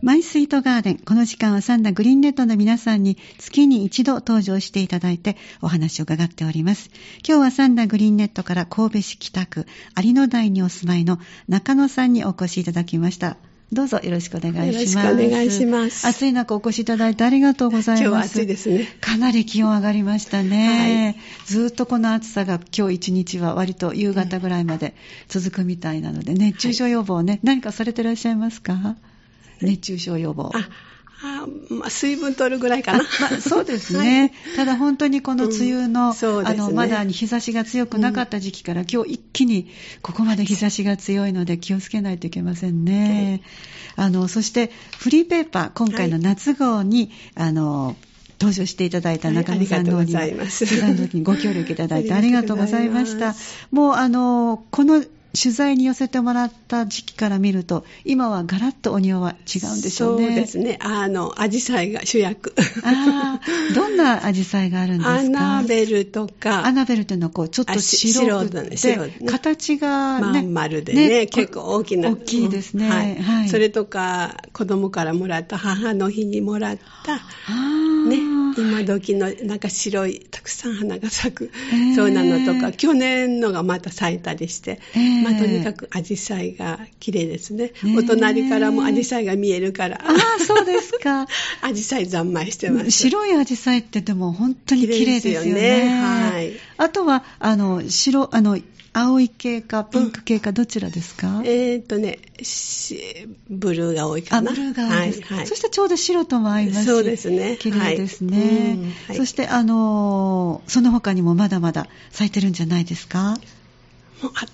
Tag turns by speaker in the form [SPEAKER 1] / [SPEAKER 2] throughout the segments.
[SPEAKER 1] マイスイートガーデン、この時間はサンダグリーンネットの皆さんに月に一度登場していただいてお話を伺っております。今日はサンダグリーンネットから神戸市北区有野台にお住まいの中野さんにお越しいただきました。どうぞよろしくお願いします。
[SPEAKER 2] よろしくお願いします
[SPEAKER 1] 暑い中お越しいただいてありがとうございます。
[SPEAKER 2] 今日は暑いですね
[SPEAKER 1] かなり気温上がりましたね。ずーっとこの暑さが今日一日は割と夕方ぐらいまで続くみたいなので、熱中症予防ね、何かされてらっしゃいますか熱中症予防。
[SPEAKER 2] あ、あまあ、水分取るぐらいかな。
[SPEAKER 1] あまあそうですね、ただ本当にこの梅雨の,、
[SPEAKER 2] うんそうです
[SPEAKER 1] あ
[SPEAKER 2] ね
[SPEAKER 1] のまだ日差しが強くなかった時期から、今日一気にここまで日差しが強いので気をつけないといけませんね、あのそしてフリーペーパー今回の夏号に、あの登場していただいた中野さんの
[SPEAKER 2] はいあ
[SPEAKER 1] に
[SPEAKER 2] りがとうございます
[SPEAKER 1] 登壇の時にご協力いただいて ありがとうございまし
[SPEAKER 2] ありがとうございま
[SPEAKER 1] た
[SPEAKER 2] す。
[SPEAKER 1] もうあのこの取材に寄せてもらった時期から見ると今はガラッとお庭は違うんでしょうね。
[SPEAKER 2] そうですね。あの、アジサイが主役。
[SPEAKER 1] ああ、どんなアジサイがあるんですか
[SPEAKER 2] アナベルとか、
[SPEAKER 1] アナベルっていうのはこうちょっと
[SPEAKER 2] あし
[SPEAKER 1] 白くて
[SPEAKER 2] 白だね白ね
[SPEAKER 1] 形が
[SPEAKER 2] ま
[SPEAKER 1] ね
[SPEAKER 2] ん丸でね
[SPEAKER 1] これ
[SPEAKER 2] 結構大きな
[SPEAKER 1] 大きいですね、
[SPEAKER 2] うん
[SPEAKER 1] はい、はい、
[SPEAKER 2] それとか子供からもらった母の日にもらった
[SPEAKER 1] あー
[SPEAKER 2] ね、今時のなんか白いたくさん花が咲く、
[SPEAKER 1] えー
[SPEAKER 2] そうなのとか去年のがまた咲いたりして、
[SPEAKER 1] えー
[SPEAKER 2] まあ、とにかくアジサイが綺麗ですね、
[SPEAKER 1] ね
[SPEAKER 2] お隣からもアジサイが見えるから
[SPEAKER 1] ああそうですか
[SPEAKER 2] アジサイ三昧してます
[SPEAKER 1] 白いアジサイってでも本当に綺麗ですよね
[SPEAKER 2] 綺麗ですよねはい
[SPEAKER 1] あとはあの白あの青い系かピンク系かどちらですか、
[SPEAKER 2] えーっ、とねしブルーが多いか
[SPEAKER 1] あ
[SPEAKER 2] な
[SPEAKER 1] ブルーが青いです、
[SPEAKER 2] はいはい
[SPEAKER 1] そしてちょうど白とも合いますし
[SPEAKER 2] そうですね
[SPEAKER 1] 綺麗ですね、
[SPEAKER 2] はいうんはい
[SPEAKER 1] そしてあのーその他にもまだまだ咲いてるんじゃないですか
[SPEAKER 2] もうああ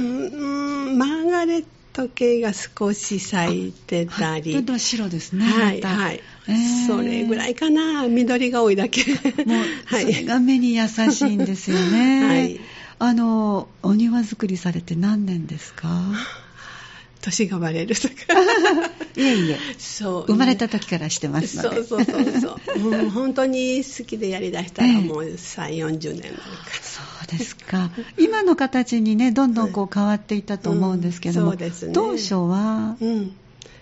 [SPEAKER 2] うんマーガレット系が少し咲いてたり、
[SPEAKER 1] はいでも白ですね
[SPEAKER 2] はい、
[SPEAKER 1] また
[SPEAKER 2] はい
[SPEAKER 1] えー
[SPEAKER 2] それぐらいかな、緑が多いだけ。
[SPEAKER 1] もう
[SPEAKER 2] は
[SPEAKER 1] それ
[SPEAKER 2] い。
[SPEAKER 1] が目に優しいんですよね、
[SPEAKER 2] はい
[SPEAKER 1] あのーお庭作りされて何年ですか
[SPEAKER 2] 年がバレると か。
[SPEAKER 1] いえいえ
[SPEAKER 2] そう。
[SPEAKER 1] 生まれた時からしてます
[SPEAKER 2] そ
[SPEAKER 1] ので
[SPEAKER 2] うそうそうそう。もう本当に好きでやりだした
[SPEAKER 1] ええ
[SPEAKER 2] らもう3、40年になるか
[SPEAKER 1] そうですか今の形にねどんどんこう変わっていったと思うんですけども、
[SPEAKER 2] うんそうですね
[SPEAKER 1] 当初は
[SPEAKER 2] ら。うん。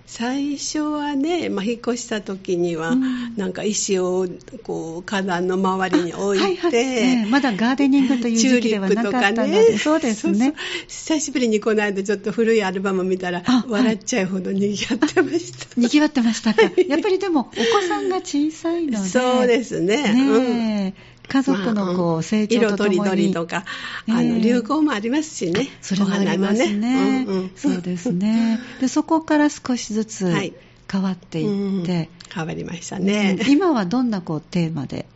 [SPEAKER 2] 最初はね、まあ、引っ越した時には、
[SPEAKER 1] うん
[SPEAKER 2] なんか石をこう花壇の周りに置いて、
[SPEAKER 1] あはいはいええまだガーデニングという
[SPEAKER 2] チュー
[SPEAKER 1] 時期
[SPEAKER 2] リ
[SPEAKER 1] で
[SPEAKER 2] ッ
[SPEAKER 1] は
[SPEAKER 2] プ
[SPEAKER 1] な
[SPEAKER 2] と
[SPEAKER 1] か
[SPEAKER 2] か
[SPEAKER 1] ったの
[SPEAKER 2] ね
[SPEAKER 1] で、そうですね
[SPEAKER 2] そうそう久しぶりにこの間ちょっと古いアルバム見たら
[SPEAKER 1] あ
[SPEAKER 2] 笑っちゃうほど賑わってまし た、
[SPEAKER 1] にぎわってましたかやっぱりでもお子さんが小さいので
[SPEAKER 2] そうですねうん
[SPEAKER 1] ねえ家族のこ
[SPEAKER 2] まあ
[SPEAKER 1] う成長とともに、
[SPEAKER 2] 色とりどりとか、あ
[SPEAKER 1] え
[SPEAKER 2] の
[SPEAKER 1] え
[SPEAKER 2] 流行もありますしね
[SPEAKER 1] それもありますね
[SPEAKER 2] お花のね
[SPEAKER 1] そうですねでそこから少しずつ
[SPEAKER 2] はい
[SPEAKER 1] 変わって
[SPEAKER 2] うん
[SPEAKER 1] いっ
[SPEAKER 2] うん
[SPEAKER 1] て、
[SPEAKER 2] 変わりましたね、
[SPEAKER 1] 今はどんなこうテーマで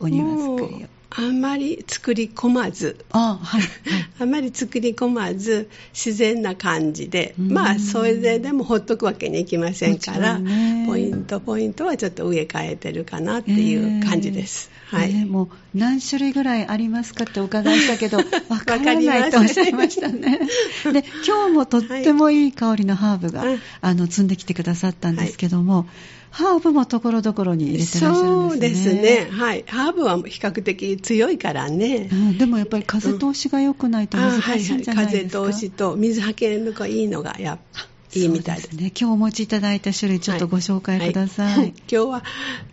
[SPEAKER 1] お庭作
[SPEAKER 2] も
[SPEAKER 1] りを
[SPEAKER 2] うあんまり作り込まず
[SPEAKER 1] あはい、はい、
[SPEAKER 2] あんまり作り込まず自然な感じで、
[SPEAKER 1] うん
[SPEAKER 2] まあそれででもほっとくわけにいきませんから、
[SPEAKER 1] もちろんね
[SPEAKER 2] ポイントポイントはちょっと植え替えてるかなっていう感じです、
[SPEAKER 1] えー
[SPEAKER 2] はい、
[SPEAKER 1] ねもう何種類ぐらいありますかってお伺いした けど、わから
[SPEAKER 2] わかりま
[SPEAKER 1] ない
[SPEAKER 2] せん
[SPEAKER 1] とおっしゃいましたね。 で、今日もとってもいい香りのハーブが、
[SPEAKER 2] はい
[SPEAKER 1] あの積んできてくださったんですけども、ハーブもところどころに入れてらっしゃる
[SPEAKER 2] そうん
[SPEAKER 1] で
[SPEAKER 2] ですす
[SPEAKER 1] ね。
[SPEAKER 2] ね、はい、ハーブは比較的強いからね
[SPEAKER 1] う、んでもやっぱり風通しが良くないと難
[SPEAKER 2] あはい
[SPEAKER 1] しい
[SPEAKER 2] は
[SPEAKER 1] ん
[SPEAKER 2] い
[SPEAKER 1] じゃない
[SPEAKER 2] 風
[SPEAKER 1] ですか。
[SPEAKER 2] 通しと水はけのがいいのがやっぱいいみたい
[SPEAKER 1] そう
[SPEAKER 2] です
[SPEAKER 1] ですね。今日お持ちいただいた種類ちょっとご紹介ください。
[SPEAKER 2] はは今日は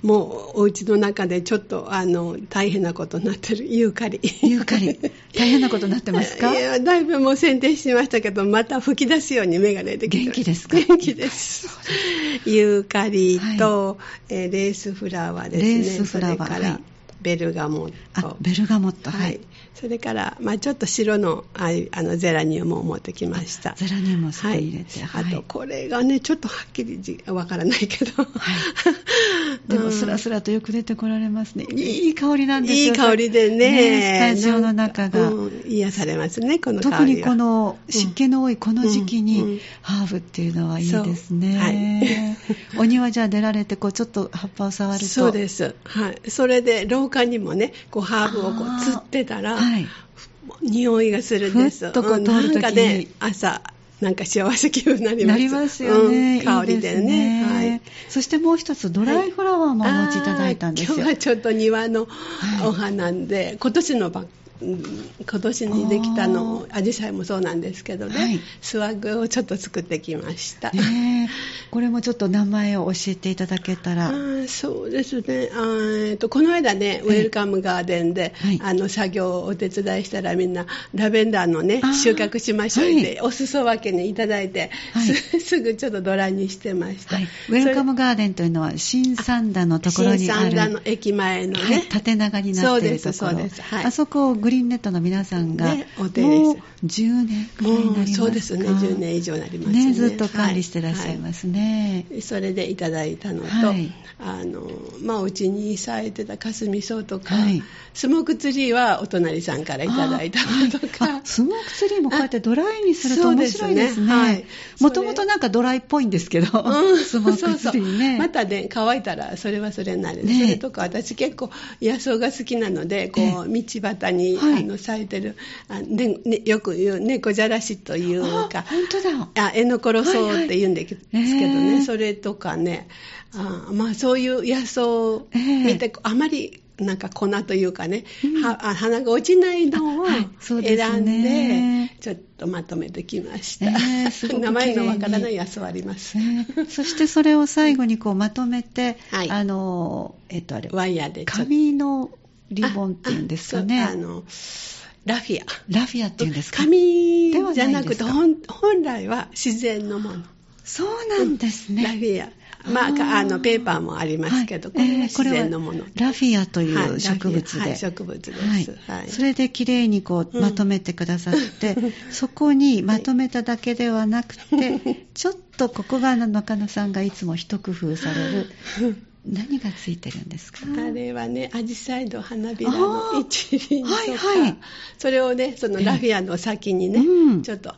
[SPEAKER 2] もうお家の中でちょっとあの大変なことになってるユーカリ
[SPEAKER 1] ユーカリ、大変なことになってますか
[SPEAKER 2] いやだいぶもう剪定しましたけどまた吹き出すように芽が出てきて
[SPEAKER 1] 元気ですか
[SPEAKER 2] 元気ですユーカリと、えーレースフラワーですね
[SPEAKER 1] レースフラワー
[SPEAKER 2] それか
[SPEAKER 1] は
[SPEAKER 2] ら
[SPEAKER 1] い
[SPEAKER 2] ベルガモッ
[SPEAKER 1] あ
[SPEAKER 2] ト、
[SPEAKER 1] ベルガモット、
[SPEAKER 2] は
[SPEAKER 1] はいい。、
[SPEAKER 2] それから、まあ、ちょっと白のああいうあのゼラニウムを持ってきました
[SPEAKER 1] ゼラニウムをそこに入れて、
[SPEAKER 2] はい、あとこれがねちょっとはっきりじわからないけど、
[SPEAKER 1] でもスラスラとよく出てこられますね。いい香りなんですよ。
[SPEAKER 2] いい香りでね
[SPEAKER 1] えスタジオの中が。
[SPEAKER 2] うん癒されますねこの香りは
[SPEAKER 1] 特にこの湿気の多いこの時期
[SPEAKER 2] うんうん
[SPEAKER 1] にハーブっていうのはいいですね。
[SPEAKER 2] そ
[SPEAKER 1] お庭じゃあ出られてこうちょっと葉っぱを触ると。
[SPEAKER 2] そうです、はい、それで廊下にもねこうハーブをこ
[SPEAKER 1] あ
[SPEAKER 2] う
[SPEAKER 1] ー
[SPEAKER 2] つってたら、
[SPEAKER 1] はい。
[SPEAKER 2] もう匂いがするんです
[SPEAKER 1] ふっとこう
[SPEAKER 2] うん
[SPEAKER 1] 通る時に
[SPEAKER 2] なんかね朝なんか幸せ気分になりま
[SPEAKER 1] な
[SPEAKER 2] す
[SPEAKER 1] りますよね。
[SPEAKER 2] うん香りでね
[SPEAKER 1] いいす
[SPEAKER 2] はい
[SPEAKER 1] そしてもう一つドライフラワーもお持ちいただいたんですよ。
[SPEAKER 2] あー今日はちょっと庭の
[SPEAKER 1] はい
[SPEAKER 2] お花で、今年のばうん今年にできたのアジサイもそうなんですけどね、
[SPEAKER 1] はい
[SPEAKER 2] スワッグをちょっと作ってきました、
[SPEAKER 1] ねえこれもちょっと名前を教えていただけた
[SPEAKER 2] あ
[SPEAKER 1] ら。
[SPEAKER 2] ーそうですねあー、えっと、この間ね、
[SPEAKER 1] ええ
[SPEAKER 2] ウェルカムガーデンで、
[SPEAKER 1] はい
[SPEAKER 2] あの作業をお手伝いしたら、みんなラベンダーのね
[SPEAKER 1] あー、
[SPEAKER 2] 収穫しましょうって、お裾分けにいただいて、
[SPEAKER 1] はい
[SPEAKER 2] すすぐちょっとドラにしてました。
[SPEAKER 1] はい、ウェルカム
[SPEAKER 2] そ
[SPEAKER 1] ガーデンというのは新三田の
[SPEAKER 2] れ
[SPEAKER 1] ところにあ
[SPEAKER 2] 新三
[SPEAKER 1] る、
[SPEAKER 2] 田の駅前のね、
[SPEAKER 1] はい、縦長になっているところ
[SPEAKER 2] そうですそうですはい
[SPEAKER 1] あそこをグリーンネットの皆さんが、
[SPEAKER 2] ねお手入れ
[SPEAKER 1] もう
[SPEAKER 2] して
[SPEAKER 1] 10年くらいになり
[SPEAKER 2] も
[SPEAKER 1] ま
[SPEAKER 2] う
[SPEAKER 1] すか
[SPEAKER 2] そうですね、10年以上になりますね。
[SPEAKER 1] ねずっと管理してらっしゃい
[SPEAKER 2] は
[SPEAKER 1] ますね、
[SPEAKER 2] それでいただいたのと、
[SPEAKER 1] はい
[SPEAKER 2] あのまあ、うちに咲いてたかすみ草とか、
[SPEAKER 1] はい
[SPEAKER 2] スモークツリーはお隣さんからいただいたのとか、
[SPEAKER 1] あスモークツリーもこうやってドライにすると面白いです
[SPEAKER 2] そうですねはい
[SPEAKER 1] ねもともとなんかドライっぽいんですけど、
[SPEAKER 2] うん
[SPEAKER 1] スモークツリー
[SPEAKER 2] そうそう
[SPEAKER 1] ね
[SPEAKER 2] またね乾いたらそれはそれなりで、
[SPEAKER 1] ねえ
[SPEAKER 2] それとか私結構野草が好きなのでこう道端に、
[SPEAKER 1] はい
[SPEAKER 2] あの咲いてるあ、ねねよく言う猫じゃらしという
[SPEAKER 1] あ
[SPEAKER 2] か
[SPEAKER 1] 本当だ
[SPEAKER 2] あえのころそうって言うんですけどね、
[SPEAKER 1] はいはいへえ
[SPEAKER 2] それとかねあまあそういう野草を
[SPEAKER 1] え
[SPEAKER 2] 見
[SPEAKER 1] え
[SPEAKER 2] て、あまりなんか粉というかね、
[SPEAKER 1] うん
[SPEAKER 2] はあ花が落ちないのを
[SPEAKER 1] あはいそう
[SPEAKER 2] 選
[SPEAKER 1] んで
[SPEAKER 2] で,、
[SPEAKER 1] すね
[SPEAKER 2] ちょっとまとめてきました、
[SPEAKER 1] ええすごく
[SPEAKER 2] 名前のわか
[SPEAKER 1] 綺
[SPEAKER 2] らな
[SPEAKER 1] 麗
[SPEAKER 2] い
[SPEAKER 1] に
[SPEAKER 2] 野草あります、
[SPEAKER 1] ねそしてそれを最後にこうまとめて、
[SPEAKER 2] はい
[SPEAKER 1] あのえっとあれ
[SPEAKER 2] ワイヤーでちょっと
[SPEAKER 1] 紙のリボンっていうんですか
[SPEAKER 2] ああそう
[SPEAKER 1] ね
[SPEAKER 2] あのラフィア
[SPEAKER 1] ラフィアっていうんですか
[SPEAKER 2] 紙じゃなく
[SPEAKER 1] で
[SPEAKER 2] て
[SPEAKER 1] はな
[SPEAKER 2] 本本来は自然のもの、
[SPEAKER 1] そうなんですね、
[SPEAKER 2] ラフィアまあ
[SPEAKER 1] あー
[SPEAKER 2] あのペーパーもありますけど、
[SPEAKER 1] はい
[SPEAKER 2] これは
[SPEAKER 1] えーこ
[SPEAKER 2] 自
[SPEAKER 1] れは
[SPEAKER 2] 然のもの、
[SPEAKER 1] ラフィアと
[SPEAKER 2] はいラフィ
[SPEAKER 1] う
[SPEAKER 2] ア
[SPEAKER 1] 植物で、
[SPEAKER 2] はい植物です、
[SPEAKER 1] はい
[SPEAKER 2] はい
[SPEAKER 1] それできれいにこう
[SPEAKER 2] うん
[SPEAKER 1] まとめてくださって、そこにまとめただけではなくて、ちょっとここが中野さんがいつも一工夫される何がついてるんですか
[SPEAKER 2] あれはね、アジサイの花びらの一輪とか、
[SPEAKER 1] あーはいはい
[SPEAKER 2] それをね、そのラフィアの先にね、
[SPEAKER 1] うん
[SPEAKER 2] ちょっと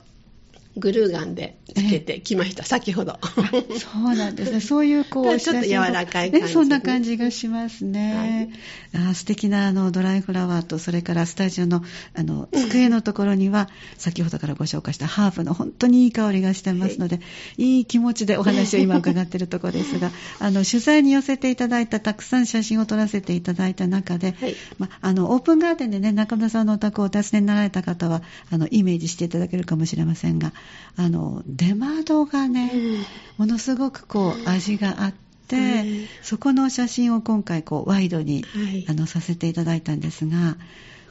[SPEAKER 2] グルーガンでつけてきました、先ほど。
[SPEAKER 1] そうなんですね。そういうこう
[SPEAKER 2] ただ
[SPEAKER 1] お知らせ
[SPEAKER 2] ちょっ
[SPEAKER 1] の
[SPEAKER 2] と柔らかい感じ
[SPEAKER 1] ねそんな感じがしますね。あー素敵なあのドライフラワーとそれからスタジオのあの机のところには、先ほどからご紹介したハーブの本当にいい香りがしてますので、いい気持ちでお話を今伺っているところです が、あの取材に寄せていただいたたくさん写真を撮らせていただいた中で、
[SPEAKER 2] はい
[SPEAKER 1] まあのオープンガーデンでね中村さんのお宅をお訪ねになられた方はあのイメージしていただけるかもしれませんが、あの出窓がね。ものすごくこう味があって、
[SPEAKER 2] うん
[SPEAKER 1] そこの写真を今回こうワイドに、
[SPEAKER 2] はい
[SPEAKER 1] あのさせていただいたんですが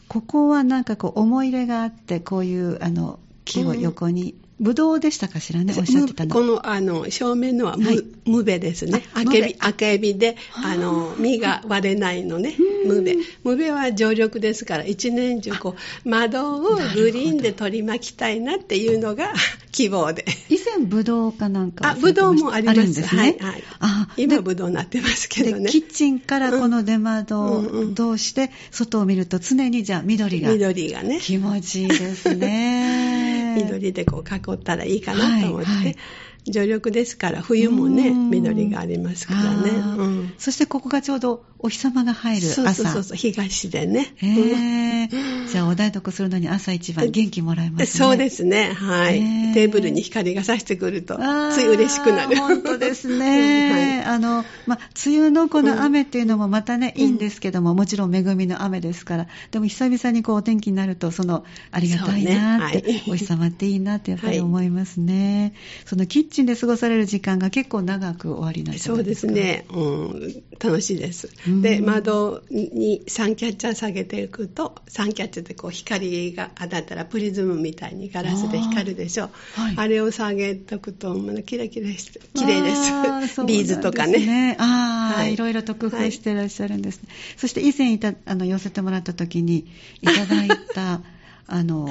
[SPEAKER 1] ここはなんかこう思い入れがあってこういうあの木を横に、ぶどうでしたかしらねおっしゃってたの
[SPEAKER 2] このあの正面のはむ、
[SPEAKER 1] はい
[SPEAKER 2] ムベですね
[SPEAKER 1] あ
[SPEAKER 2] あけ
[SPEAKER 1] ム
[SPEAKER 2] び
[SPEAKER 1] ベ
[SPEAKER 2] あけびであの実が割れないのねムベムベは常緑ですから一年中こう窓をグリーンで取り巻きたいなっていうのが希望で
[SPEAKER 1] 以前ぶどうかなんか
[SPEAKER 2] あぶどうもあります
[SPEAKER 1] るんですね、
[SPEAKER 2] はいはい
[SPEAKER 1] あ
[SPEAKER 2] 今ぶどうになってますけど
[SPEAKER 1] で
[SPEAKER 2] ね
[SPEAKER 1] キッチンからこの出窓
[SPEAKER 2] うんうん
[SPEAKER 1] を
[SPEAKER 2] うん
[SPEAKER 1] 通して外を見ると常にじゃあ緑が
[SPEAKER 2] 緑がね
[SPEAKER 1] 気持ちいいですね
[SPEAKER 2] 緑でこう囲ったらいいかなと思って、
[SPEAKER 1] はいはい
[SPEAKER 2] 常緑ですから冬もね
[SPEAKER 1] うん
[SPEAKER 2] 緑がありますからね、
[SPEAKER 1] あー
[SPEAKER 2] うん
[SPEAKER 1] そしてここがちょうどお日様が入る朝
[SPEAKER 2] そうそうそうそう東でね、
[SPEAKER 1] へーじゃあお台所するのに朝一番元気もらえますね
[SPEAKER 2] そうですね、はい、
[SPEAKER 1] ねえ
[SPEAKER 2] テーブルに光が差してくると、
[SPEAKER 1] あー
[SPEAKER 2] つい嬉しくなる。
[SPEAKER 1] 本当ですね。
[SPEAKER 2] はい
[SPEAKER 1] あの、まあ、梅雨のこの雨っていうのもまたね、
[SPEAKER 2] うん
[SPEAKER 1] いいんですけども、もちろん恵みの雨ですから、でも久々にこうお天気になると、その、ありがたいなって、
[SPEAKER 2] そうねはい
[SPEAKER 1] お 日様っていいなってやっぱり
[SPEAKER 2] はい
[SPEAKER 1] 思いますね。そのキッチンで過ごされる時間が結構長く終わりなんじゃ
[SPEAKER 2] そ
[SPEAKER 1] な
[SPEAKER 2] う
[SPEAKER 1] いで
[SPEAKER 2] ですす
[SPEAKER 1] か。
[SPEAKER 2] ね、うん、楽しいです
[SPEAKER 1] うん。
[SPEAKER 2] で、窓にサンキャッチャー下げていくと、サンキャッチャーってこう光が当たったらプリズムみたいにガラスで光るでしょ。
[SPEAKER 1] あー
[SPEAKER 2] あ,、
[SPEAKER 1] はい
[SPEAKER 2] れを下げとくと、まあ、キラキラして、綺麗で
[SPEAKER 1] あそ
[SPEAKER 2] す。
[SPEAKER 1] うなん
[SPEAKER 2] ビーズとかね。
[SPEAKER 1] ああ、、
[SPEAKER 2] はいい
[SPEAKER 1] ろいろと工夫してらっしゃるんですね。そして以前いたあの寄せてもらった時にいただい たあの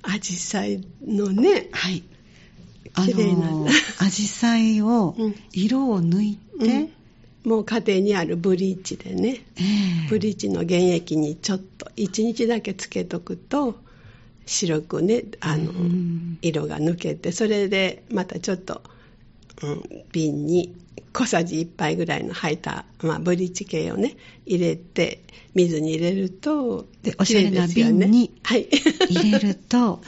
[SPEAKER 2] アジサイのね、
[SPEAKER 1] はい。あ
[SPEAKER 2] 綺麗な
[SPEAKER 1] のアジサイを
[SPEAKER 2] うん
[SPEAKER 1] 色を抜いて、
[SPEAKER 2] うんもう家庭にあるブリーチでね。
[SPEAKER 1] ええ
[SPEAKER 2] ブリーチの原液にちょっと1日だけつけとくと白くねあの、
[SPEAKER 1] うん
[SPEAKER 2] 色が抜けてそれでまたちょっと、うん瓶に小さじ1杯ぐらいの入った、まあ、ブリッジ系をね入れて水に入れると
[SPEAKER 1] でおしゃれな
[SPEAKER 2] 綺麗ですよね
[SPEAKER 1] 瓶に
[SPEAKER 2] はい、
[SPEAKER 1] 入れると、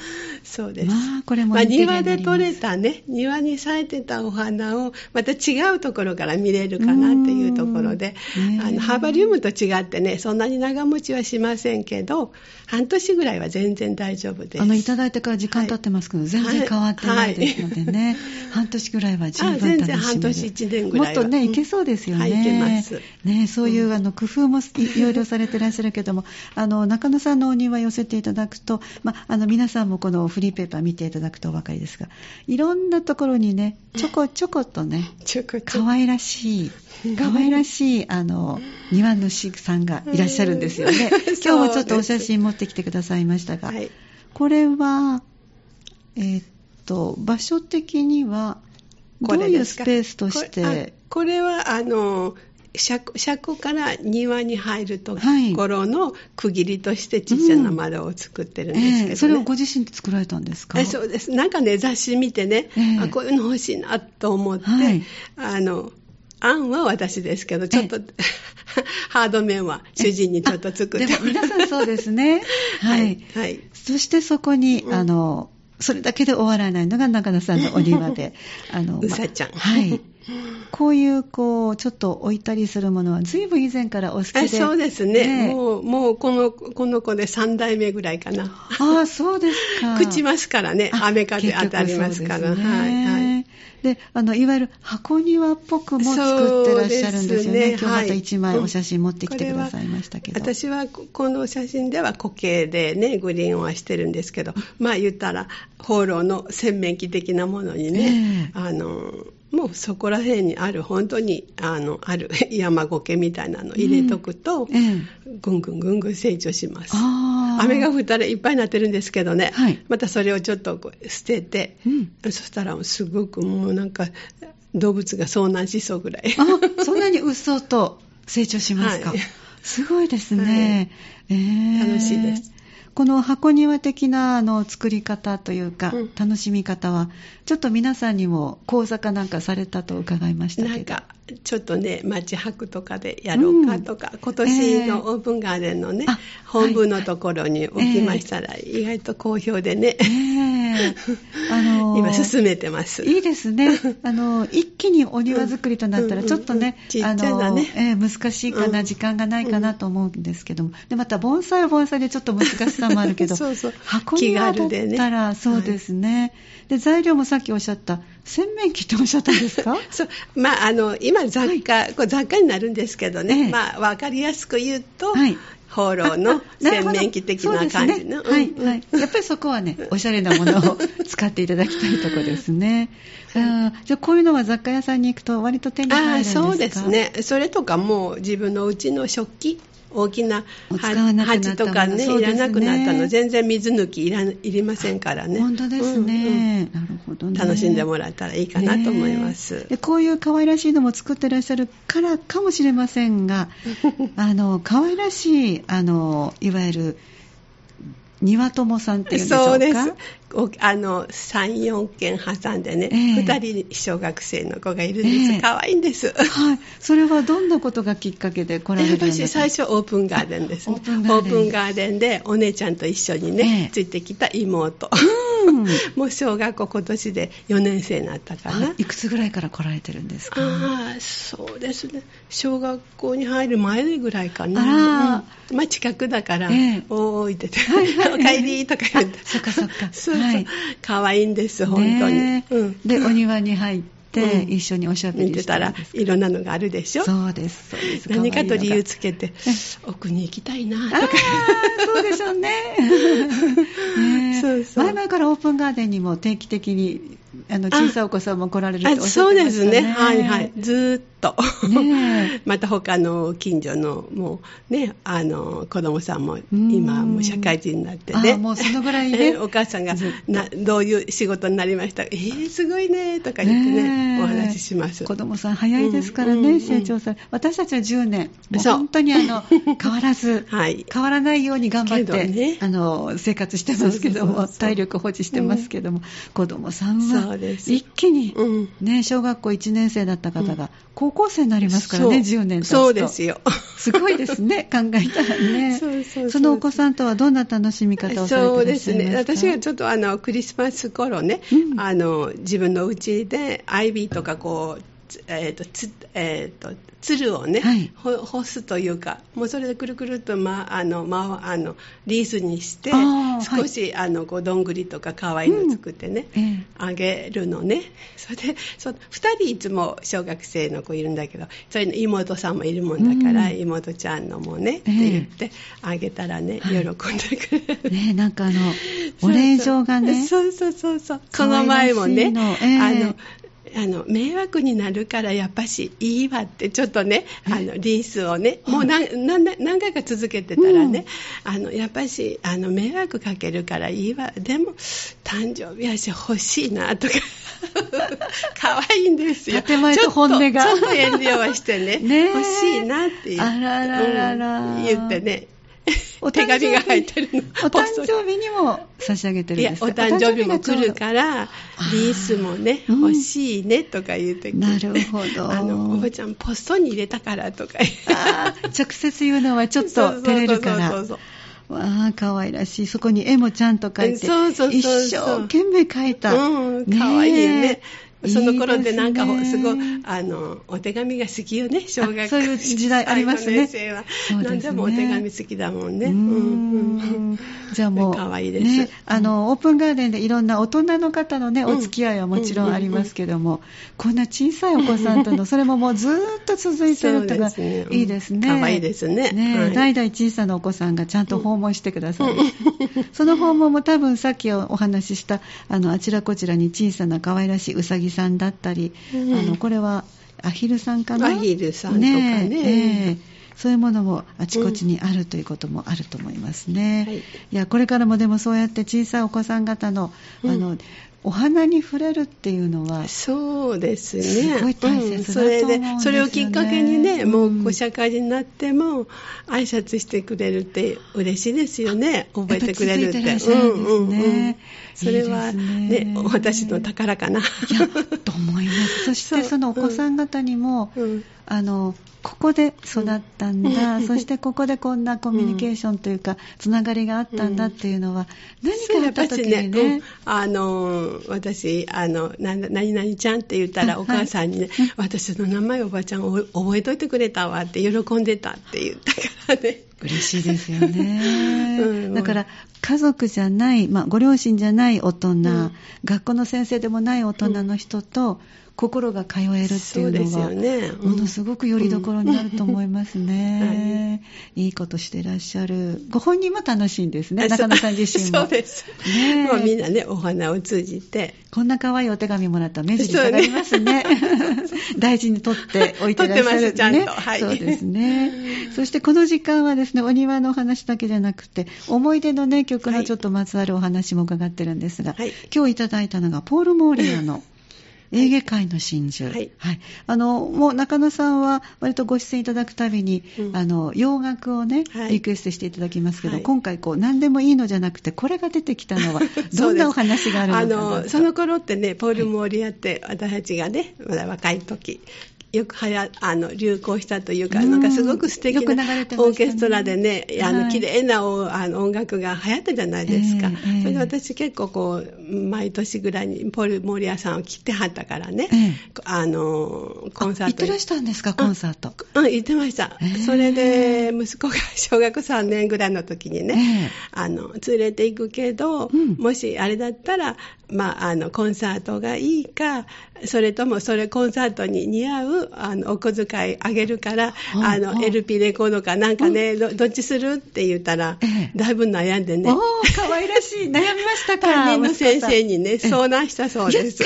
[SPEAKER 2] そうです、
[SPEAKER 1] まあ、これも
[SPEAKER 2] まあ、
[SPEAKER 1] インテリア
[SPEAKER 2] 庭
[SPEAKER 1] にな
[SPEAKER 2] で
[SPEAKER 1] ります
[SPEAKER 2] 採れたね庭に咲いてたお花をまた違うところから見れるかなっていうところで、
[SPEAKER 1] うんねえ
[SPEAKER 2] あのハーバリウムと違ってねそんなに長持ちはしませんけど半年ぐらいは全然大丈夫です。
[SPEAKER 1] あのいただいてから時間経ってますけど、全然変わってないですのでね、半年ぐらいは十分楽しめる
[SPEAKER 2] あ全然半年一年ぐらい
[SPEAKER 1] も
[SPEAKER 2] は
[SPEAKER 1] っとねいけそうですよね、
[SPEAKER 2] はいいけます
[SPEAKER 1] ねそういうあの工夫もいいろいろされてらっしゃるけどもあの中野さんのお庭寄せていただくと、ま、あの皆さんもこのフリーペーパー見ていただくとお分かりですがいろんなところにねちょこちょことね
[SPEAKER 2] ちょこちょ
[SPEAKER 1] 可
[SPEAKER 2] こ
[SPEAKER 1] 愛らしい、可愛らしい、あの、庭主さんがいらっしゃるんですよね
[SPEAKER 2] うん。
[SPEAKER 1] 今日もちょっとお
[SPEAKER 2] そ
[SPEAKER 1] 写
[SPEAKER 2] うです
[SPEAKER 1] 真持ってきてくださいましたが、
[SPEAKER 2] はい
[SPEAKER 1] これは、えーっと、場所的には、ど
[SPEAKER 2] こ
[SPEAKER 1] う
[SPEAKER 2] れ
[SPEAKER 1] いう
[SPEAKER 2] で
[SPEAKER 1] ス
[SPEAKER 2] す
[SPEAKER 1] ペ
[SPEAKER 2] か
[SPEAKER 1] ースとし
[SPEAKER 2] これ
[SPEAKER 1] て、
[SPEAKER 2] あこれはあの車庫車庫から庭に入ると
[SPEAKER 1] はい
[SPEAKER 2] ころの区切りとしてちっちゃな窓を作ってるんですけど、ね
[SPEAKER 1] ええそれをご自身で作られたんですか
[SPEAKER 2] えそうですなんかね雑誌見てね、
[SPEAKER 1] ええ
[SPEAKER 2] あこういうの欲しいなと思って、
[SPEAKER 1] はい
[SPEAKER 2] あの案は私ですけどちょっと ハード面は主人にちょっと作って
[SPEAKER 1] でも皆さんそうですね。は
[SPEAKER 2] はいい、。はい
[SPEAKER 1] そしてそこに、
[SPEAKER 2] うん
[SPEAKER 1] あの、それだけで終わらないのが中野さんのお庭 で、あの、
[SPEAKER 2] うさちゃん
[SPEAKER 1] はい。こういう、こう、ちょっと置いたりするものは、ずいぶん以前からお好きで。
[SPEAKER 2] えそうですね
[SPEAKER 1] ね
[SPEAKER 2] もうもうこのこの子で3代目ぐらいかな
[SPEAKER 1] ああ、そうです か。
[SPEAKER 2] 朽ちますからね
[SPEAKER 1] あ
[SPEAKER 2] 雨風当たりますから
[SPEAKER 1] 結局そうですね
[SPEAKER 2] はいはい
[SPEAKER 1] であのいわゆる箱庭っぽくも作ってらっしゃるんですよね
[SPEAKER 2] そう
[SPEAKER 1] 今
[SPEAKER 2] ですね
[SPEAKER 1] 日また
[SPEAKER 2] はい
[SPEAKER 1] 1枚お写真持ってきてくださいましたけど、
[SPEAKER 2] 私はここの写真では固形でねグリーンはしてるんですけどまあ言ったら放浪の洗面器的なものにね、
[SPEAKER 1] え
[SPEAKER 2] あのもうそこら辺にある本当にあのある 山苔みたいなの入れとくと、
[SPEAKER 1] ええ
[SPEAKER 2] ぐんぐんぐんぐん成長します
[SPEAKER 1] あー
[SPEAKER 2] 雨が降ったらいっぱいになってるんですけどね、
[SPEAKER 1] はい
[SPEAKER 2] またそれをちょっとこう捨てて、
[SPEAKER 1] うん
[SPEAKER 2] そしたらすごくもうなんか動物が遭難しそうぐらい
[SPEAKER 1] あそんなにうっそうと成長しますか、
[SPEAKER 2] はい
[SPEAKER 1] すごいですね、ええ
[SPEAKER 2] 楽しいです
[SPEAKER 1] この箱庭的なあの作り方というか、
[SPEAKER 2] うん
[SPEAKER 1] 楽しみ方はちょっと皆さんにも講座かなんかされたと伺いましたけど
[SPEAKER 2] なんかちょっとね町博とかでやろうかとか、今年のオープンガーデンのね、
[SPEAKER 1] えーあ
[SPEAKER 2] 本部のところに置きましたら、意外と好評でね、
[SPEAKER 1] ねえあの
[SPEAKER 2] 今進めてます
[SPEAKER 1] いいですね。 あの、一気にお庭作りとなったら、
[SPEAKER 2] うん
[SPEAKER 1] ちょっとね
[SPEAKER 2] うん、うん
[SPEAKER 1] あ
[SPEAKER 2] ちっちゃな
[SPEAKER 1] の、
[SPEAKER 2] ね
[SPEAKER 1] えー難しいかな、
[SPEAKER 2] うん
[SPEAKER 1] 時間がないかなと思うんですけども。で、また、盆栽は盆栽でちょっと難しさもあるけど、
[SPEAKER 2] そうそう
[SPEAKER 1] 箱庭
[SPEAKER 2] 気
[SPEAKER 1] だっ
[SPEAKER 2] 軽でね
[SPEAKER 1] たら、そうですね。で、材料もさっきおっしゃった、洗面器っておっしゃったんです か
[SPEAKER 2] そうまあ、あの今雑貨、これ雑貨になるんですけどね、
[SPEAKER 1] ええ
[SPEAKER 2] まあ、分かりやすく言うと、
[SPEAKER 1] はい
[SPEAKER 2] 放浪の
[SPEAKER 1] なる
[SPEAKER 2] 洗
[SPEAKER 1] ほど
[SPEAKER 2] 面器的な感じの、
[SPEAKER 1] そうですねはい、
[SPEAKER 2] うんうん
[SPEAKER 1] はい。やっぱりそこは ね、おしゃれなものを使っていただきたいとこです ね。あーじゃあ、こういうのは雑貨屋さんに行くと、割と手に入るん
[SPEAKER 2] ああ
[SPEAKER 1] ですか
[SPEAKER 2] そうです。ねそれとかもう自分のうちの食器大きな
[SPEAKER 1] もう使わなくなったもの
[SPEAKER 2] 鉢とかね
[SPEAKER 1] そう
[SPEAKER 2] い
[SPEAKER 1] です
[SPEAKER 2] ら
[SPEAKER 1] ね
[SPEAKER 2] なくなったの全然水抜きいらいりませんからね
[SPEAKER 1] 本当ですね、なるほど
[SPEAKER 2] うんうん
[SPEAKER 1] ね
[SPEAKER 2] 楽しんでもらったらいいかなと思います、
[SPEAKER 1] ねえでこういう可愛らしいのも作ってらっしゃるからかもしれません があの可愛らしいあのいわゆる庭友さんっていうんでしょうか
[SPEAKER 2] そうですおあの34軒挟んでね、
[SPEAKER 1] ええ
[SPEAKER 2] 2人小学生の子がいるんです、
[SPEAKER 1] ええ
[SPEAKER 2] 可愛いんです
[SPEAKER 1] はい、それはどんなことがきっかけで来られるんです
[SPEAKER 2] 私最初オープンガーデンです、ね、
[SPEAKER 1] オープンガーデン
[SPEAKER 2] オープンガーデンでお姉ちゃんと一緒にね、
[SPEAKER 1] ええ
[SPEAKER 2] ついてきた妹
[SPEAKER 1] うん
[SPEAKER 2] もう小学校今年で4年生になったかな、
[SPEAKER 1] はいいくつぐらいから来られてるんですか
[SPEAKER 2] ああそうですね小学校に入る前ぐらいか
[SPEAKER 1] あ
[SPEAKER 2] な、うんまあ近くだから「
[SPEAKER 1] ええ
[SPEAKER 2] おーい」ってて
[SPEAKER 1] はいはい
[SPEAKER 2] 「 おかえり」とか言って
[SPEAKER 1] あそっかそっか
[SPEAKER 2] そうそう、
[SPEAKER 1] はい
[SPEAKER 2] かわいいんです本当に、
[SPEAKER 1] ねえ
[SPEAKER 2] うん、
[SPEAKER 1] でお庭に入って
[SPEAKER 2] うん
[SPEAKER 1] 一緒におしゃべ
[SPEAKER 2] 見
[SPEAKER 1] り
[SPEAKER 2] て
[SPEAKER 1] した
[SPEAKER 2] た
[SPEAKER 1] り
[SPEAKER 2] らいろんなのがあるでしょ
[SPEAKER 1] そうですそうです
[SPEAKER 2] 何かと理由
[SPEAKER 1] つ
[SPEAKER 2] つけて奥に行きたいなと
[SPEAKER 1] あ
[SPEAKER 2] か
[SPEAKER 1] ーそうでし ょうねねえ
[SPEAKER 2] そうそう
[SPEAKER 1] 前々からオープンガーデンにも定期的にあの
[SPEAKER 2] あ
[SPEAKER 1] 小さいお子さんも来られるっておっ
[SPEAKER 2] あ
[SPEAKER 1] しゃって
[SPEAKER 2] そう
[SPEAKER 1] ま
[SPEAKER 2] で
[SPEAKER 1] した
[SPEAKER 2] す
[SPEAKER 1] ね
[SPEAKER 2] ねはいはいずーっと、
[SPEAKER 1] ねえ
[SPEAKER 2] また他の近所のもうねあの子供さんも
[SPEAKER 1] ん
[SPEAKER 2] 今もう社会人になって
[SPEAKER 1] あ
[SPEAKER 2] ね
[SPEAKER 1] もうそのぐらいね
[SPEAKER 2] え お母さんが
[SPEAKER 1] ずっ
[SPEAKER 2] などういう仕事になりましたかえー、すごいねとか言ってね
[SPEAKER 1] ねえ
[SPEAKER 2] お話しします
[SPEAKER 1] 子供さん早いですからね、
[SPEAKER 2] うんうん
[SPEAKER 1] 成長され私たちは10年もう
[SPEAKER 2] そう
[SPEAKER 1] 本当にあ の変わらず
[SPEAKER 2] はい
[SPEAKER 1] 変わらないように頑張っ
[SPEAKER 2] け
[SPEAKER 1] て、
[SPEAKER 2] どね
[SPEAKER 1] あの生活してますけども
[SPEAKER 2] そうそうそうそう
[SPEAKER 1] 体力保持してますけども、子供さん
[SPEAKER 2] そ
[SPEAKER 1] は
[SPEAKER 2] うそうです
[SPEAKER 1] 一気に、
[SPEAKER 2] うん
[SPEAKER 1] ね、小学校1年生だった方が高校生になりますからね、
[SPEAKER 2] そう
[SPEAKER 1] 10年経つと
[SPEAKER 2] そうですよ
[SPEAKER 1] すごいです ね、考えたらね。
[SPEAKER 2] そうそうそう
[SPEAKER 1] のお子さんとはどんな楽しみ方をされて
[SPEAKER 2] そう
[SPEAKER 1] いら
[SPEAKER 2] で
[SPEAKER 1] っし
[SPEAKER 2] す
[SPEAKER 1] ゃいます
[SPEAKER 2] ね
[SPEAKER 1] か
[SPEAKER 2] 私がちょっとあのクリスマス頃ね、
[SPEAKER 1] うん
[SPEAKER 2] あの自分の家でアイビーとかこうつえーとつえーとつるをね、
[SPEAKER 1] はい
[SPEAKER 2] ほ干すというかもうそれでくるくるっと、まあのまあのリースにして
[SPEAKER 1] あー
[SPEAKER 2] 少し、あのこうどんぐりとか可愛いの作ってね、
[SPEAKER 1] ええ
[SPEAKER 2] あげるのねそれでそ2人いつも小学生の子いるんだけどそれの妹さんもいるもんだから、
[SPEAKER 1] うん
[SPEAKER 2] 妹ちゃんのもねって
[SPEAKER 1] ええ
[SPEAKER 2] 言ってあげたらね、
[SPEAKER 1] はい
[SPEAKER 2] 喜んでくれる。
[SPEAKER 1] ねなんかあ の、お礼状がね、
[SPEAKER 2] そうそうそうそうその前もね、
[SPEAKER 1] 可愛らしいのええ
[SPEAKER 2] あのあの迷惑になるからやっぱしいいわってちょっとねあのリースをねもう何何何回か続けてたらね、あのやっぱしあの迷惑かけるからいいわでも誕生日やし欲しい なとか可愛いんですよ
[SPEAKER 1] 建前と本音が
[SPEAKER 2] ちょっとちょっと遠慮はして ね
[SPEAKER 1] ねえ
[SPEAKER 2] 欲しいなっていう
[SPEAKER 1] あらららら
[SPEAKER 2] うん言ってね
[SPEAKER 1] お誕生
[SPEAKER 2] 手
[SPEAKER 1] 日
[SPEAKER 2] 紙が入ってるの
[SPEAKER 1] お誕生日にも差し上げてる
[SPEAKER 2] い
[SPEAKER 1] ん
[SPEAKER 2] や
[SPEAKER 1] です
[SPEAKER 2] お
[SPEAKER 1] か
[SPEAKER 2] 誕生日も来る
[SPEAKER 1] ら
[SPEAKER 2] から
[SPEAKER 1] ー
[SPEAKER 2] リースもね
[SPEAKER 1] うん
[SPEAKER 2] 欲しいねとか言ってく
[SPEAKER 1] な
[SPEAKER 2] て
[SPEAKER 1] るほど
[SPEAKER 2] あのおばちゃんポストに入れたからとか
[SPEAKER 1] あー直接言うのはちょっ と照れるから
[SPEAKER 2] そうそうそうそう
[SPEAKER 1] わあ可愛らしいそこに絵もちゃんと描いて
[SPEAKER 2] そうそうそうそう
[SPEAKER 1] 一生懸命描いた、
[SPEAKER 2] うん可愛いよね
[SPEAKER 1] え
[SPEAKER 2] その頃でなんか
[SPEAKER 1] いいです
[SPEAKER 2] す
[SPEAKER 1] ね
[SPEAKER 2] ごいあのお手紙が好きよね小学
[SPEAKER 1] あそういう時代ありますね
[SPEAKER 2] 最後の年生は
[SPEAKER 1] そうですね
[SPEAKER 2] 何でもお手紙好きだもんね
[SPEAKER 1] うー
[SPEAKER 2] うんうん
[SPEAKER 1] んじゃあもう、
[SPEAKER 2] 可愛いです
[SPEAKER 1] ね、あのオープンガーデンでいろんな大人の方の、ね、
[SPEAKER 2] うん
[SPEAKER 1] お付き合いはもちろんありますけども、こんな小さいお子さんと の、それももうずーっと続いてるっていうのが
[SPEAKER 2] そうですね
[SPEAKER 1] いいですね。
[SPEAKER 2] 可愛いですね
[SPEAKER 1] ね
[SPEAKER 2] はい
[SPEAKER 1] 代々小さなお子さんがちゃんと訪問してくださる、 その訪問も多分さっきお話ししたあのあちらこちらに小さな可愛らしいうさぎさんだったり、
[SPEAKER 2] うん
[SPEAKER 1] あのこれはアヒルさんかな
[SPEAKER 2] アヒルさんとかね
[SPEAKER 1] ええそういうものもあちこちにあるということもあると思いますね。
[SPEAKER 2] はい
[SPEAKER 1] い、やこれからもでもそうやって小さいお子さん方の,、
[SPEAKER 2] うん
[SPEAKER 1] あのお花に触れるっていうのは、
[SPEAKER 2] そうですね。
[SPEAKER 1] すごい大切だと思うんですよね
[SPEAKER 2] それで、それをきっかけにね、も
[SPEAKER 1] うん
[SPEAKER 2] うこう社会人になっても、挨拶してくれるって嬉しいですよね。覚えてくれるって。
[SPEAKER 1] やっぱ続いてらっしゃるんですね
[SPEAKER 2] それは
[SPEAKER 1] いで
[SPEAKER 2] い
[SPEAKER 1] すね
[SPEAKER 2] ね、私の宝かな。
[SPEAKER 1] いやと思い ます。そして
[SPEAKER 2] そう
[SPEAKER 1] そのお子さん方にも、
[SPEAKER 2] うん
[SPEAKER 1] あのここで育ったんだ、そしてここでこんなコミュニケーションというか、つながりがあったんだっていうのは、何かあった時に
[SPEAKER 2] そうや
[SPEAKER 1] ね
[SPEAKER 2] っぱしうん、あのー私あのなんだ何々ちゃんって言った
[SPEAKER 1] あ
[SPEAKER 2] らお母さんにね、私の名前おばちゃんお覚えといてくれたわって喜んでたって言ったからね
[SPEAKER 1] 嬉しいですよね、
[SPEAKER 2] うん
[SPEAKER 1] だから家族じゃない、まあ、ご両親じゃない大人、
[SPEAKER 2] ん
[SPEAKER 1] 学校の先生でもない大人の人と心が通えるっていう
[SPEAKER 2] そうで
[SPEAKER 1] の
[SPEAKER 2] すよ
[SPEAKER 1] は
[SPEAKER 2] ねうん
[SPEAKER 1] ものすごくよりどころになると思いますね、いいことしてらっしゃるご本人も楽しいんですね中野さん自身も
[SPEAKER 2] そうです、
[SPEAKER 1] ねえ
[SPEAKER 2] もうみんなねお花を通じて
[SPEAKER 1] こんな可愛いお手紙もらったら目尻下がります ね。大事に取っておいてらっしゃる、ね。
[SPEAKER 2] 取ってますちゃんとはい
[SPEAKER 1] そうですね。そしてこの時間はですね、お庭のお話だけじゃなくて、思い出のね、曲のちょっとまつわるお話も伺ってるんですが、
[SPEAKER 2] はい
[SPEAKER 1] 今日いただいたのがポール・モーリアの、エーゲ海の真珠、
[SPEAKER 2] はい
[SPEAKER 1] あのもう中野さんは割とご出演いただくたびに、
[SPEAKER 2] うん
[SPEAKER 1] あの洋楽をね、
[SPEAKER 2] はい
[SPEAKER 1] リクエストしていただきますけど、
[SPEAKER 2] はい
[SPEAKER 1] 今回こう何でもいいのじゃなくてこれが出てきたの はどんなお話があるのかな
[SPEAKER 2] あ
[SPEAKER 1] と
[SPEAKER 2] のその頃ってねポール・モーリアって私たちがねまだ若い時よくはやあの流行したというか、
[SPEAKER 1] うん
[SPEAKER 2] なんかすごく素敵
[SPEAKER 1] よく
[SPEAKER 2] な
[SPEAKER 1] 流れてましたね
[SPEAKER 2] オーケストラでね、あ
[SPEAKER 1] は
[SPEAKER 2] の
[SPEAKER 1] い
[SPEAKER 2] 綺麗なおあの音楽が流行ったじゃないですか、
[SPEAKER 1] ええええ
[SPEAKER 2] それで私結構こう毎年ぐらいにポール・モーリアさんを切ってはったからね、
[SPEAKER 1] ええ
[SPEAKER 2] あのコンサ
[SPEAKER 1] あ行っ
[SPEAKER 2] ート
[SPEAKER 1] て
[SPEAKER 2] に
[SPEAKER 1] らしたんですかコンサート
[SPEAKER 2] うん、言ってました、
[SPEAKER 1] えー
[SPEAKER 2] それで息子が小学3年ぐらいの時にね、あの連れて行くけど、
[SPEAKER 1] うん
[SPEAKER 2] もしあれだったら、まあ、あのコンサートがいいかそれともそれコンサートに似合うあのお小遣いあげるから、
[SPEAKER 1] うん
[SPEAKER 2] あ
[SPEAKER 1] うん
[SPEAKER 2] の LP レコードかなんかね、どどっちするって言ったら、
[SPEAKER 1] ええ
[SPEAKER 2] だいぶ悩んで
[SPEAKER 1] お
[SPEAKER 2] ね
[SPEAKER 1] お可愛ら しい悩みましたか
[SPEAKER 2] 担任の先生に
[SPEAKER 1] ええ
[SPEAKER 2] ね相談したそうです。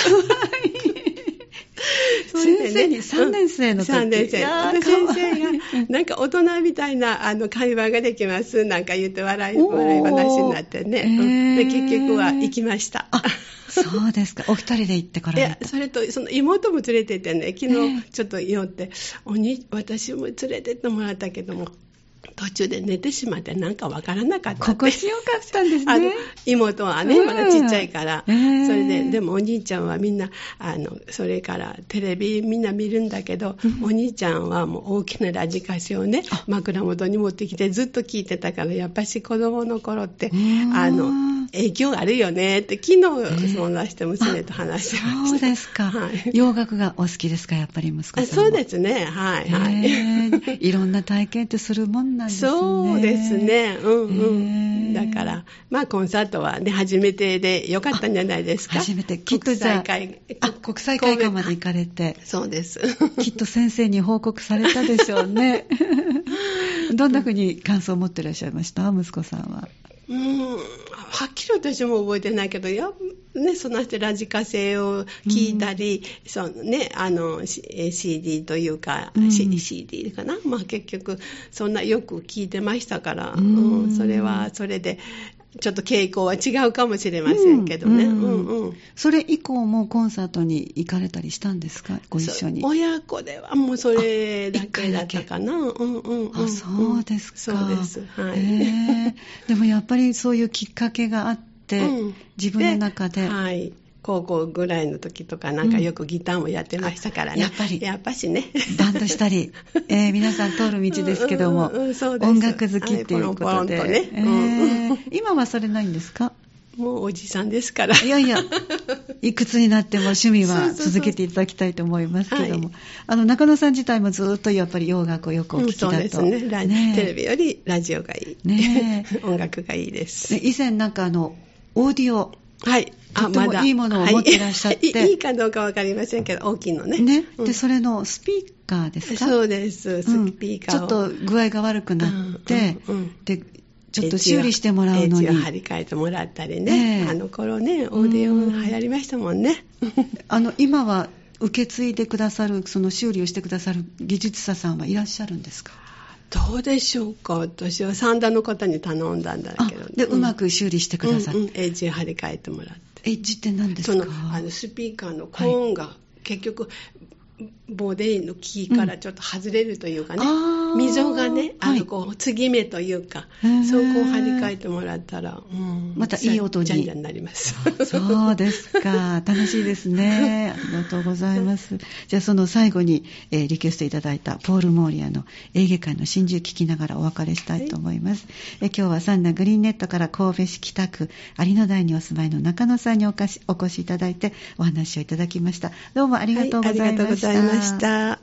[SPEAKER 2] それでね
[SPEAKER 1] 先生に3年生の時
[SPEAKER 2] うん3年
[SPEAKER 1] い
[SPEAKER 2] 生
[SPEAKER 1] やー
[SPEAKER 2] で
[SPEAKER 1] かわいい
[SPEAKER 2] 先生がなんか大人みたいなあの会話ができますなんか言って笑い
[SPEAKER 1] おー
[SPEAKER 2] 笑い話になってね、うん
[SPEAKER 1] へ
[SPEAKER 2] で
[SPEAKER 1] ー
[SPEAKER 2] 結局は行きました
[SPEAKER 1] あそうですかお二人で行ってこ
[SPEAKER 2] い
[SPEAKER 1] られ
[SPEAKER 2] や
[SPEAKER 1] た
[SPEAKER 2] それとその妹も連れてってね昨
[SPEAKER 1] ええ
[SPEAKER 2] 日ちょっと酔って、おに私も連れてってもらったけども途中で寝てしまってなんかわからなかったって
[SPEAKER 1] 心地よかったんです
[SPEAKER 2] あの
[SPEAKER 1] ね。
[SPEAKER 2] 妹はね、
[SPEAKER 1] うん
[SPEAKER 2] まだちっちゃいから、
[SPEAKER 1] えー
[SPEAKER 2] それででもお兄ちゃんはみんなあのそれからテレビみんな見るんだけど、お兄ちゃんはもう大きなラジカセをね枕元に持ってきてずっと聞いてたからやっぱし子供の頃って
[SPEAKER 1] うん
[SPEAKER 2] あの影響あるよねって昨日そんなして娘と話してま
[SPEAKER 1] そう
[SPEAKER 2] した。
[SPEAKER 1] ですか、
[SPEAKER 2] はい
[SPEAKER 1] 洋楽がお好きですか、やっぱり息子さん
[SPEAKER 2] あ
[SPEAKER 1] は。
[SPEAKER 2] そうですね、はい、はい。
[SPEAKER 1] へーいろんな体験ってするもんなんですね。
[SPEAKER 2] そうです。ね、うんうん。
[SPEAKER 1] へー
[SPEAKER 2] だから、まあ、コンサートはね、初めてでよかったんじゃないですか。
[SPEAKER 1] 初めて、きっとじゃあ、
[SPEAKER 2] 国際会
[SPEAKER 1] あ国際会館まで行かれて、
[SPEAKER 2] そうです。
[SPEAKER 1] きっと先生に報告されたでしょうね。 どんなふうに感想を持ってらっしゃいました息子さんは。
[SPEAKER 2] うん、はっきり私も覚えてないけど、やね、その人ラジカセを聞いたり、そのね、あの、C- えー CD というか、
[SPEAKER 1] うん
[SPEAKER 2] CD, CD かな、まあ結局、そんなよく聞いてましたから、
[SPEAKER 1] う
[SPEAKER 2] うんん、それは、それで、ちょっと傾向は違うかもしれませんけどね。
[SPEAKER 1] うん
[SPEAKER 2] うんうん
[SPEAKER 1] それ以降もコンサートに行かれたりしたんですかご一緒に
[SPEAKER 2] そ。親子ではもうそれだけだったかな。うんうんんん
[SPEAKER 1] あそうですか。
[SPEAKER 2] そうです。はい。
[SPEAKER 1] へーでもやっぱりそういうきっかけがあって、
[SPEAKER 2] うん
[SPEAKER 1] 自分の中で。
[SPEAKER 2] はい。高校ぐらいの時とかなんかよくギターもやってましたからね。
[SPEAKER 1] うんあやっぱり
[SPEAKER 2] やっぱしね。
[SPEAKER 1] バンドした り、えー皆さん通る道ですけども、
[SPEAKER 2] うんうんうんそうです
[SPEAKER 1] 音楽好きっていうことで、
[SPEAKER 2] はいポロンポロンとねうん
[SPEAKER 1] えー今はそれないんですか
[SPEAKER 2] もうおじさんですから。
[SPEAKER 1] いやいや、いくつになっても趣味
[SPEAKER 2] そう
[SPEAKER 1] は
[SPEAKER 2] そうそう
[SPEAKER 1] 続けていただきたいと思いますけども、
[SPEAKER 2] は
[SPEAKER 1] あの中野さん自体もずっとやっぱり洋楽をよくお
[SPEAKER 2] う
[SPEAKER 1] 聞
[SPEAKER 2] ん
[SPEAKER 1] きだ
[SPEAKER 2] そ
[SPEAKER 1] と、
[SPEAKER 2] うですねラ
[SPEAKER 1] ね
[SPEAKER 2] テレビよりラジオがいい。
[SPEAKER 1] ね
[SPEAKER 2] 音楽がいいです。
[SPEAKER 1] ね以前なんかあのオーディオ
[SPEAKER 2] はい。
[SPEAKER 1] とってもいいものを持ってらっしゃって
[SPEAKER 2] はいいいかどうかわかりませんけど、大きいのね。
[SPEAKER 1] ね、
[SPEAKER 2] うん
[SPEAKER 1] でそれのスピーカーですか
[SPEAKER 2] そうです。
[SPEAKER 1] うん
[SPEAKER 2] スピーカーを。
[SPEAKER 1] ちょっと具合が悪くなって、
[SPEAKER 2] うんうんうん
[SPEAKER 1] でちょっと修理してもらうのに
[SPEAKER 2] エッジを張り替えてもらったりね、
[SPEAKER 1] ええ
[SPEAKER 2] あの頃ねオーディオン流行りましたもんね
[SPEAKER 1] あの今は受け継いでくださるその修理をしてくださる技術者さんはいらっしゃるんですか
[SPEAKER 2] どうでしょうか私は三段の方に頼んだんだ
[SPEAKER 1] あ
[SPEAKER 2] けど、
[SPEAKER 1] でうま
[SPEAKER 2] く
[SPEAKER 1] く修理してください、
[SPEAKER 2] うんうんエッジを張り替えてもらって
[SPEAKER 1] エッジって何です
[SPEAKER 2] そ
[SPEAKER 1] か
[SPEAKER 2] のあのスピーカーのコーンが結局、ボディのキーからちょっと外れるというかね、
[SPEAKER 1] あー
[SPEAKER 2] 溝がねあ
[SPEAKER 1] はい
[SPEAKER 2] のこう継ぎ目というか、
[SPEAKER 1] へー
[SPEAKER 2] そこを張り替えてもらったら、うん
[SPEAKER 1] またいい音に
[SPEAKER 2] じゃんじゃんなります
[SPEAKER 1] そうですか。楽しいですね。ありがとうございます。じゃあその最後に、えーリクエストいただいたポール・モーリアのエーゲ海の真珠聞きながらお別れしたいと思います。えー今日はサンナグリーンネットから神戸市北区有野台にお住まいの中野さんにおかしお越しいただいてお話をいただきました。どうもありがとうございました。
[SPEAKER 2] はいありがとうございました